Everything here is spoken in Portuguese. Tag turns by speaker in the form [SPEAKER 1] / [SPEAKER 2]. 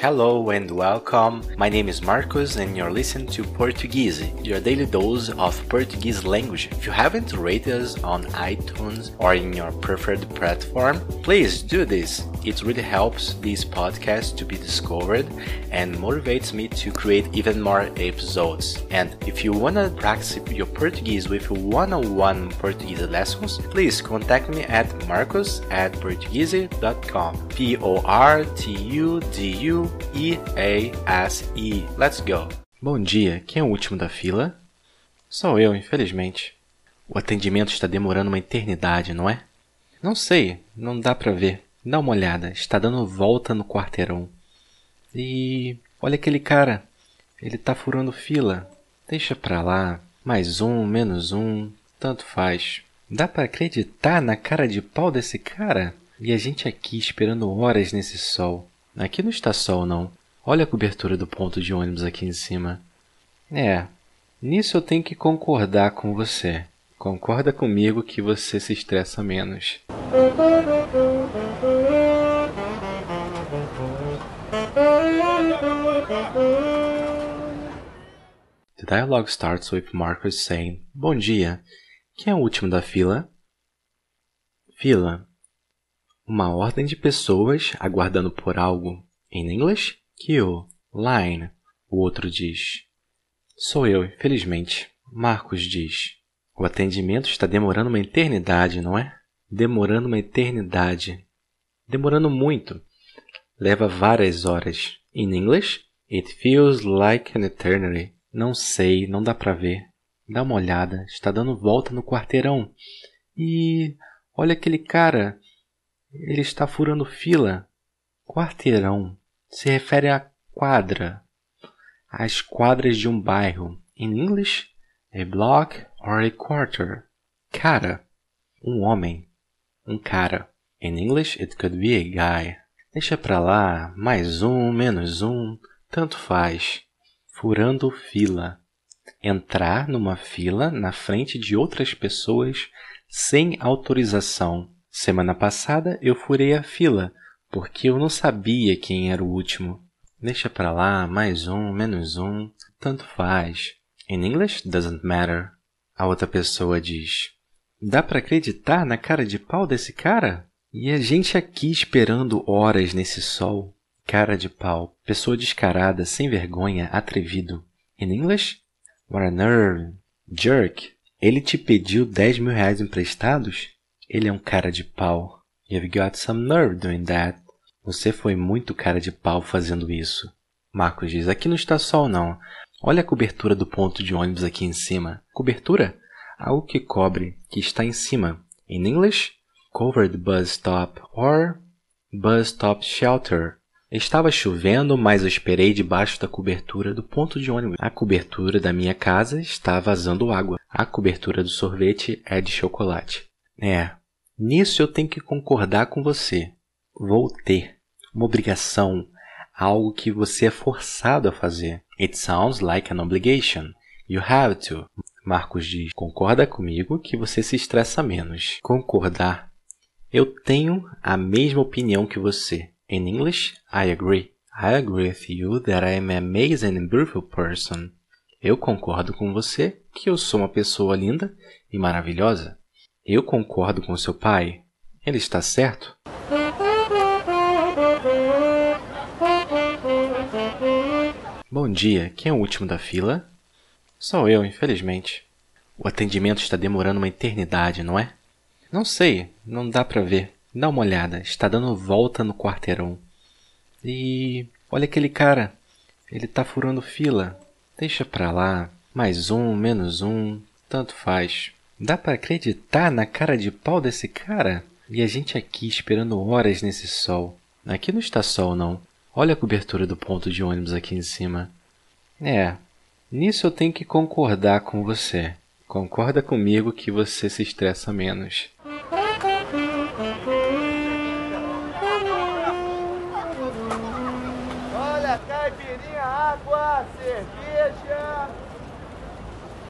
[SPEAKER 1] Hello and welcome. My name is Marcos and you're listening to Portuguese, your daily dose of Portuguese language. If you haven't rated us on iTunes or in your preferred platform, please do this. It really helps this podcast to be discovered and motivates me to create even more episodes. And if you wanna practice your Portuguese with one-on-one Portuguese lessons, please contact me at marcos at portuguese.com. P O R T U D U E A S E. Let's go! Bom dia, quem é o último da fila? Sou eu, infelizmente. O atendimento está demorando uma eternidade, não é? Não sei, não dá pra ver. Dá uma olhada, está dando volta no quarteirão. E olha aquele cara, ele tá furando fila. Deixa pra lá, mais um, menos um, tanto faz. Dá pra acreditar na cara de pau desse cara? E a gente aqui esperando horas nesse sol. Aqui não está sol não. Olha a cobertura do ponto de ônibus aqui em cima. É, nisso eu tenho que concordar com você. Concorda comigo que você se estressa menos. The dialogue starts with Marcus saying, Bom dia, quem é o último da fila? Fila. Uma ordem de pessoas aguardando por algo. Em inglês, queue, line. O outro diz. Sou eu, infelizmente. Marcos diz. O atendimento está demorando uma eternidade, não é? Demorando uma eternidade. Demorando muito. Leva várias horas. In English, it feels like an eternity. Não sei, não dá pra ver. Dá uma olhada, está dando volta no quarteirão. E olha aquele cara. Ele está furando fila. Quarteirão se refere à quadra, às quadras de um bairro. In English, a block or a quarter. Cara, um homem, um cara. In English, it could be a guy. Deixa pra lá, mais um, menos um, tanto faz. Furando fila. Entrar numa fila na frente de outras pessoas sem autorização. Semana passada eu furei a fila porque eu não sabia quem era o último. Deixa pra lá, mais um, menos um, tanto faz. In English, doesn't matter. A outra pessoa diz: Dá pra acreditar na cara de pau desse cara? E a gente aqui esperando horas nesse sol. Cara de pau, pessoa descarada, sem vergonha, atrevido. In English, what a nerve, jerk. Ele te pediu 10 mil reais emprestados? Ele é um cara de pau. You've got some nerve doing that. Você foi muito cara de pau fazendo isso. Marcos diz: Aqui não está sol, não. Olha a cobertura do ponto de ônibus aqui em cima. Cobertura? Algo que cobre, que está em cima. In English, covered bus stop or bus stop shelter. Estava chovendo, mas eu esperei debaixo da cobertura do ponto de ônibus. A cobertura da minha casa está vazando água. A cobertura do sorvete é de chocolate. É, Nisso eu tenho que concordar com você. Vou ter uma obrigação, algo que você é forçado a fazer. It sounds like an obligation. You have to. Marcos diz: Concorda comigo que você se estressa menos. Concordar. Eu tenho a mesma opinião que você. In English, I agree. I agree with you that I am an amazing and beautiful person. Eu concordo com você que eu sou uma pessoa linda e maravilhosa. Eu concordo com seu pai. Ele está certo? Bom dia, quem é o último da fila? Sou eu, infelizmente. O atendimento está demorando uma eternidade, não é? Não sei, não dá pra ver. Dá uma olhada, está dando volta no quarteirão. E olha aquele cara. Ele tá furando fila. Deixa pra lá. Mais um, menos um, tanto faz. Dá pra acreditar na cara de pau desse cara? E a gente aqui esperando horas nesse sol. Aqui não está sol, não. Olha a cobertura do ponto de ônibus aqui em cima. É, nisso eu tenho que concordar com você. Concorda comigo que você se estressa menos.